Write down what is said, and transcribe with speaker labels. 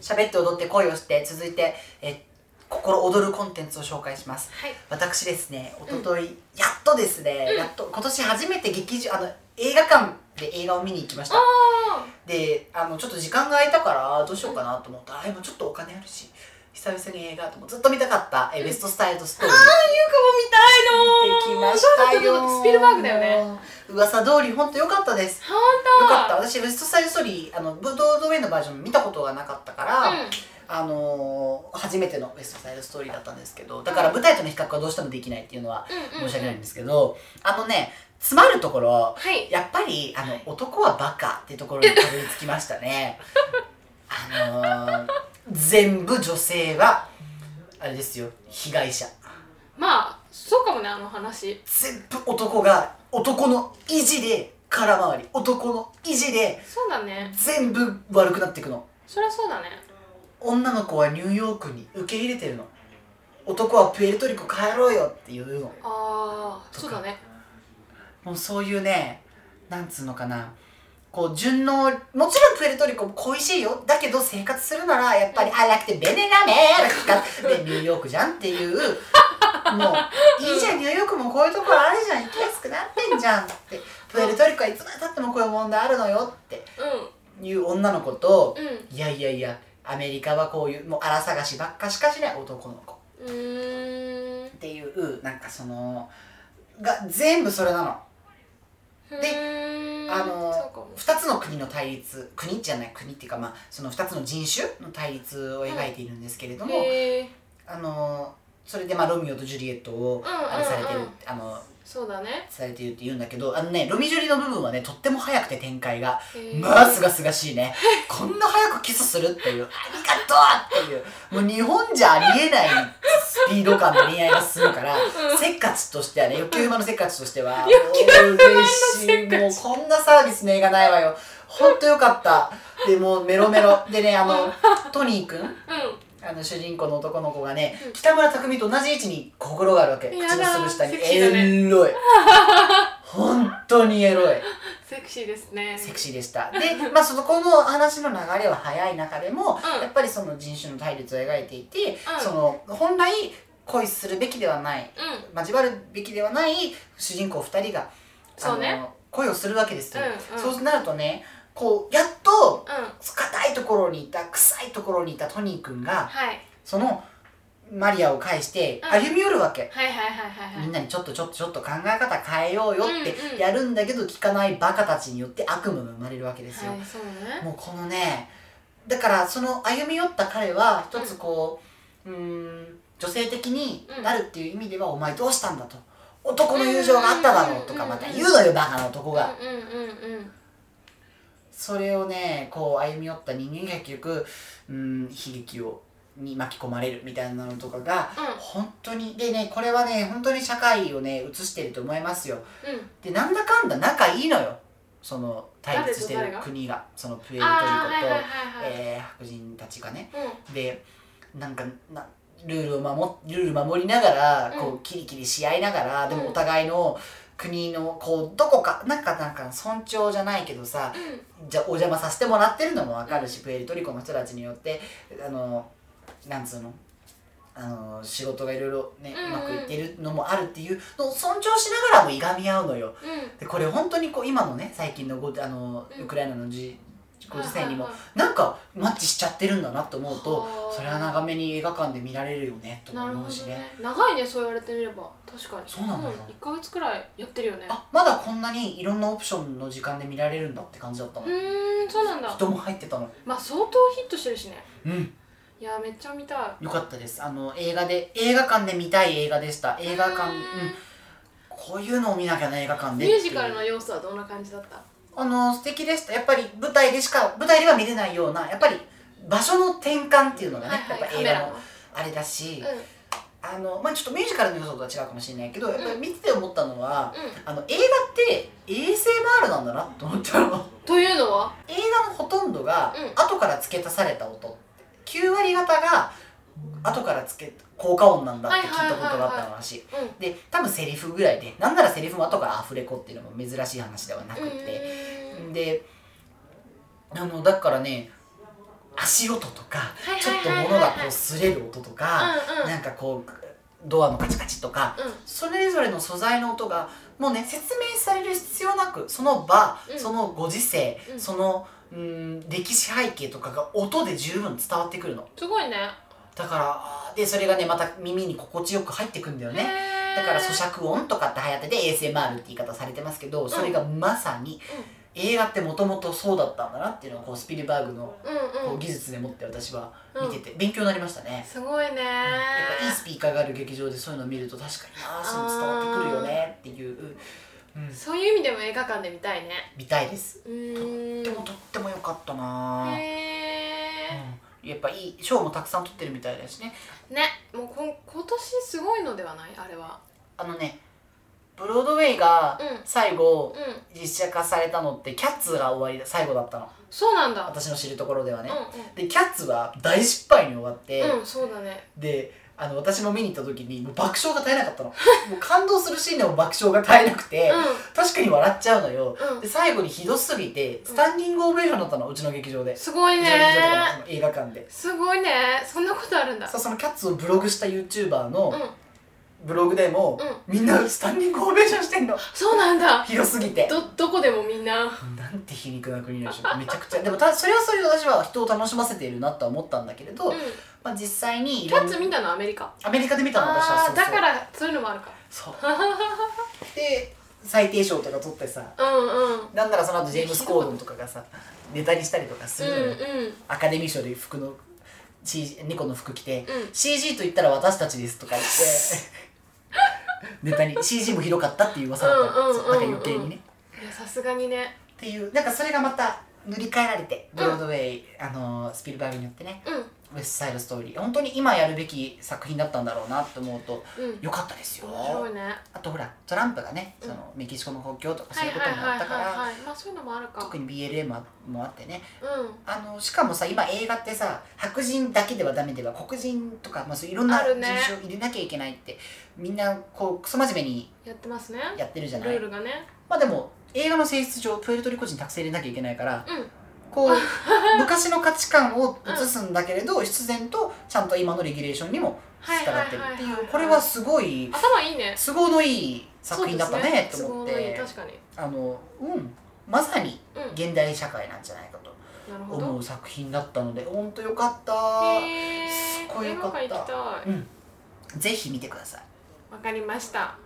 Speaker 1: 喋って踊って恋をして続いてえ心躍るコンテンツを紹介します
Speaker 2: はい
Speaker 1: 私ですね一
Speaker 2: うん
Speaker 1: 昨日、やっとですね、
Speaker 2: うん
Speaker 1: やっと今年初めて劇場あの映画館で映画を見に行きました
Speaker 2: あ
Speaker 1: であのちょっと時間が空いたからどうしようかなと思ったら、あ今ちょっとお金あるし久々に映画と思ってずっと見たかった「え
Speaker 2: うん
Speaker 1: ウエストスタイドストーリー」
Speaker 2: あ
Speaker 1: 見て
Speaker 2: ゆう
Speaker 1: き
Speaker 2: くんも見たいの
Speaker 1: ました
Speaker 2: そうだ
Speaker 1: よ
Speaker 2: そうだスピルバーグだよね
Speaker 1: 噂通り本当良かったです
Speaker 2: 本当
Speaker 1: よかった私ウエストスタイドストーリーあのブドウドウェイのバージョン見たことがなかったから、
Speaker 2: うん
Speaker 1: あのー初めてのウエストスタイドストーリーだったんですけどだから舞台との比較はどうしてもできないっていうのは
Speaker 2: うんうん
Speaker 1: 申し訳ないんですけど、あのね詰まるところ
Speaker 2: はい
Speaker 1: やっぱりあの、
Speaker 2: はい
Speaker 1: 男はバカっていうところにたどり着きましたねあのー全部女性はあれですよ被害者
Speaker 2: まあそうかもねあの話
Speaker 1: 全部男が男の意地で空回り男の意地で
Speaker 2: そうだね
Speaker 1: 全部悪くなっていくの
Speaker 2: そりゃそうだね
Speaker 1: 女の子はニューヨークに受け入れてるの男はプエルトリコ帰ろうよっていうの
Speaker 2: ああ
Speaker 1: とか
Speaker 2: そうだね
Speaker 1: もうそういうねなんつうのかなこう順応もちろんプエルトリコも恋しいよだけど生活するならやっぱり「あなくてベネガメー」でニューヨークじゃんっていうもういいじゃんニューヨークもこういうところあるじゃん行きやすくなってんじゃんってプエルトリコはいつまでたってもこういう問題あるのよって
Speaker 2: う
Speaker 1: いう女の子と
Speaker 2: んうん
Speaker 1: いやいやいやアメリカはこういうもう荒探しばっかしかしない男の子
Speaker 2: うーん
Speaker 1: っていうなんかそのが全部それなの。
Speaker 2: で
Speaker 1: あの
Speaker 2: そうかも
Speaker 1: 2つの国の対立国じゃない国っていうか、まあ、その2つの人種の対立を描いているんですけれども、
Speaker 2: へえ
Speaker 1: あのそれで、まあ、ロミオとジュリエットを、
Speaker 2: うんうんうん
Speaker 1: あれされてるあの
Speaker 2: そうだね
Speaker 1: されているって言うんだけどあのねロミジュリの部分はねとっても早くて展開が
Speaker 2: へー
Speaker 1: まあすがすがしいねこんな早くキスするっていうありがとうっていうもう日本じゃありえないスピード感で恋愛が進むから、せっかちとしてはね欲求不満のせっかちとしては嬉しいもうこんなサービスの映画ないわよほんとよかったでもうメロメロでねあの、トニーくん
Speaker 2: う
Speaker 1: あの主人公の男の子がね、
Speaker 2: うん
Speaker 1: 北村匠海と同じ位置に心があるわけ口の
Speaker 2: やだ
Speaker 1: すぐ下に
Speaker 2: セクシーだね
Speaker 1: エロい本当にエロい
Speaker 2: んセクシーですね
Speaker 1: セクシーでした。で、まあ、そのこの話の流れは早い中でも、
Speaker 2: うん
Speaker 1: やっぱりその人種の対立を描いていて、
Speaker 2: うん
Speaker 1: その本来恋するべきではない
Speaker 2: うん
Speaker 1: 交わるべきではない主人公2人が
Speaker 2: そうね
Speaker 1: あの恋をするわけですよ、
Speaker 2: うんうん
Speaker 1: そうなるとねこうやっと
Speaker 2: うん
Speaker 1: 硬いところにいた臭いところにいたトニーくんが
Speaker 2: はい
Speaker 1: そのマリアを介して
Speaker 2: うん
Speaker 1: 歩み寄るわけ。
Speaker 2: はいはいはいはいは
Speaker 1: み
Speaker 2: い
Speaker 1: んなにちょっとちょっとちょっと考え方変えようよ
Speaker 2: うん
Speaker 1: っ
Speaker 2: うん
Speaker 1: てやるんだけど聞かないバカたちによって悪夢が生まれるわけですよ。
Speaker 2: はいそうだね
Speaker 1: もうこのねだからその歩み寄った彼は一つこううーん女性的になるっていう意味では「お前どうしたんだ」と「男の友情があっただろう」とか
Speaker 2: うんうん
Speaker 1: ま
Speaker 2: うん
Speaker 1: た言うのよバカな男が
Speaker 2: うんうんうんうん
Speaker 1: それをねこう歩み寄った人間が結局うーん悲劇をに巻き込まれるみたいなのとかが本当にでねこれはね本当に社会をね映してると思いますよ
Speaker 2: うん
Speaker 1: でなんだかんだ仲いいのよその対立して
Speaker 2: 誰
Speaker 1: る
Speaker 2: と誰が
Speaker 1: 国がそのプエルトリ
Speaker 2: うん
Speaker 1: コと、
Speaker 2: あーはいはいはいはい
Speaker 1: えー白人たちがね
Speaker 2: うん
Speaker 1: でなんかなルールを守ルール守りながら
Speaker 2: うん
Speaker 1: こうキリキリし合いながら、で
Speaker 2: うん
Speaker 1: もお互いの国のこうどこかなんかなんか尊重じゃないけどさじゃお邪魔させてもらってるのもわかるし、プエルトリコの人たちによってあのなんつうのあの仕事がいろいろね
Speaker 2: うんうん
Speaker 1: うまくいってるのもあるっていうのを尊重しながらもいがみ合うのよ。
Speaker 2: うんうん
Speaker 1: でこれ本当にこう今のね最近のごあの、
Speaker 2: うん
Speaker 1: ウクライナのじご時世にも
Speaker 2: はいは
Speaker 1: なんかマッチしちゃってるんだなと思うと
Speaker 2: はあ
Speaker 1: それは長めに映画館で見られるよねと
Speaker 2: いはいなる
Speaker 1: 思
Speaker 2: ほ
Speaker 1: うし
Speaker 2: ど
Speaker 1: ね
Speaker 2: ね長いねそう言われてみれば確かに
Speaker 1: そうなのよ
Speaker 2: ん一ヶ月くらいやってるよね
Speaker 1: あまだこんなにいろんなオプションの時間で見られるんだって感じだったの
Speaker 2: うーんそうなんだ
Speaker 1: 人も入ってたの
Speaker 2: まあ相当ヒットしてるしね
Speaker 1: うん
Speaker 2: いやめっちゃ見たい
Speaker 1: よかったですあの映画で映画館で見たい映画でした映画館
Speaker 2: う
Speaker 1: うんんこういうのを見なきゃな映画館で
Speaker 2: ミ
Speaker 1: ってい
Speaker 2: ュ
Speaker 1: う
Speaker 2: ージカルの要素はどんな感じだった
Speaker 1: あの素敵でしたやっぱり舞台でしか舞台では見れないようなやっぱり場所の転換っていうのがね、やっぱ映画のあれだし、
Speaker 2: うんうん
Speaker 1: あのまあ、ちょっとミュージカルの要素とは違うかもしれないけどやっぱり見てて思ったのは、あの映画って衛星バールなんだなと思ったの
Speaker 2: というのは
Speaker 1: 映画のほとんどが
Speaker 2: うん
Speaker 1: 後から付け足された音9割方が後から付け効果音なんだって聞いたことがあったのらしい
Speaker 2: うん
Speaker 1: で多分セリフぐらいでなんならセリフも後からアフレコっていうのも珍しい話ではなく
Speaker 2: う
Speaker 1: て、
Speaker 2: ーん
Speaker 1: であのだからね足音とか
Speaker 2: はい
Speaker 1: ちょっと
Speaker 2: はいはいはいはい
Speaker 1: 物がこう擦れる音とか
Speaker 2: うんうん
Speaker 1: なんかこうドアのカチカチとか
Speaker 2: うん
Speaker 1: それぞれの素材の音がもうね説明される必要なくその場、
Speaker 2: うん
Speaker 1: そのご時世、
Speaker 2: うん
Speaker 1: そのうん歴史背景とかが音で十分伝わってくるの
Speaker 2: すごいね
Speaker 1: だからあーでそれがねまた耳に心地よく入ってくんだよね
Speaker 2: へー
Speaker 1: だから咀嚼音とかって流行ってて ASMR って言い方されてますけどそれがまさに映画ってもともとそうだったんだなっていうのをこうスピルバーグの
Speaker 2: うん
Speaker 1: こ
Speaker 2: う
Speaker 1: うん技術でもって私は
Speaker 2: うん
Speaker 1: 見てて勉強になりましたね。
Speaker 2: すごいね
Speaker 1: やっぱいいスピーカーがある劇場でそういうのを見ると確かになあそういうの伝わってくるよねっていう、うん、
Speaker 2: そういう意味でも映画館で見たいね
Speaker 1: みたいです。
Speaker 2: うーん
Speaker 1: でもとっても良かったなあ、
Speaker 2: へ
Speaker 1: うん、やっぱいい賞もたくさん取ってるみたいだしね
Speaker 2: ーねもうこん今年すごいのではないあれは
Speaker 1: あのねブロードウェイが
Speaker 2: うん
Speaker 1: 最後
Speaker 2: うん
Speaker 1: 実写化されたのってキャッツが終わりだ最後だったの
Speaker 2: そうなんだ
Speaker 1: 私の知るところではね、
Speaker 2: う
Speaker 1: でキャッツは大失敗に終わって、
Speaker 2: んうんうんそうだね
Speaker 1: であの私も見に行った時にもう爆笑が絶えなかったの もう感動するシーンでも爆笑が絶えなくて、
Speaker 2: う
Speaker 1: 確かに笑っちゃうのよ
Speaker 2: んうん
Speaker 1: で最後にひどすぎてスタンディングオベーションだったのうちの劇場で、うち
Speaker 2: すごい
Speaker 1: の
Speaker 2: ね
Speaker 1: 劇場とかの映画館です
Speaker 2: ごいねそんなことあるんだ
Speaker 1: さそのキャッツをブログした YouTuber
Speaker 2: うん
Speaker 1: のブログでも、みんなスタンディングオベーションして んの
Speaker 2: そうなんだ
Speaker 1: ひどすぎて
Speaker 2: どどこでもみんな
Speaker 1: なんて皮肉な国でしょめちゃくちゃでもたそれはそれで私は人を楽しませているなとは思ったんだけれど、
Speaker 2: うん
Speaker 1: まあ、実際にい
Speaker 2: キ
Speaker 1: ろ
Speaker 2: ャ
Speaker 1: ん
Speaker 2: ッツ見たのアメリカ
Speaker 1: アメリカで見たの私は
Speaker 2: あ
Speaker 1: そ
Speaker 2: あ
Speaker 1: う
Speaker 2: だ
Speaker 1: そう
Speaker 2: からそういうのもあるか
Speaker 1: そうで最低賞とか取ってさ
Speaker 2: うんうん
Speaker 1: なんならその後ジェームス・コードンとかがさネタにしたりとかす
Speaker 2: う
Speaker 1: る
Speaker 2: ん
Speaker 1: のよ、
Speaker 2: うん
Speaker 1: アカデミー賞で服の C 猫の服着て、
Speaker 2: うん
Speaker 1: CG と言ったら私たちですとか言って ネタに CG もひどかったっていう噂だった
Speaker 2: うんうんうんうん
Speaker 1: そうなんか余計にね
Speaker 2: いやさすがにね
Speaker 1: っていうなんかそれがまた塗り替えられてブロードウェイ、あのースピルバーグによってね
Speaker 2: うん
Speaker 1: ウエストサイドストーリー本当に今やるべき作品だったんだろうなって思うと
Speaker 2: うん
Speaker 1: 良かったですよ
Speaker 2: 面白いね
Speaker 1: あとほらトランプがね
Speaker 2: う
Speaker 1: そ
Speaker 2: ん
Speaker 1: のメキシコの国境とかそう
Speaker 2: は
Speaker 1: い
Speaker 2: い
Speaker 1: うこ
Speaker 2: は
Speaker 1: と
Speaker 2: い
Speaker 1: にな
Speaker 2: は
Speaker 1: っ
Speaker 2: い
Speaker 1: たから、
Speaker 2: はいはいまあそういうのもあるか
Speaker 1: 特に BLM もあってね
Speaker 2: う
Speaker 1: あのしかもさ今映画ってさ白人だけではダメでは黒人とか、まあ、そういろんな
Speaker 2: あ
Speaker 1: 人
Speaker 2: るね
Speaker 1: 種を入れなきゃいけないって、みんなこうクソ真面目に
Speaker 2: んやってますね
Speaker 1: やってるじゃ
Speaker 2: ル
Speaker 1: ない
Speaker 2: ールがね
Speaker 1: まあでも映画の性質上プエルトリコ人たくさん入れなきゃいけないから
Speaker 2: うん
Speaker 1: こ う昔の価値観を移すんだけれど必然とちゃんと今のレギュレーションにも
Speaker 2: はい
Speaker 1: 従
Speaker 2: はいは
Speaker 1: っ
Speaker 2: い
Speaker 1: てる
Speaker 2: はい
Speaker 1: っていうこれはすごい
Speaker 2: 頭いいね
Speaker 1: 都合のいい作品だったね
Speaker 2: そうです
Speaker 1: と思っ
Speaker 2: 都合のいい
Speaker 1: て
Speaker 2: 確かに
Speaker 1: あのうんまさに
Speaker 2: うん
Speaker 1: 現代社会なんじゃないかと
Speaker 2: なるほど
Speaker 1: 思う作品だったのでほんとよかっ
Speaker 2: へ
Speaker 1: た
Speaker 2: え
Speaker 1: すっごいよかった
Speaker 2: 映画館行きたい
Speaker 1: うんぜひ見てください
Speaker 2: わかりました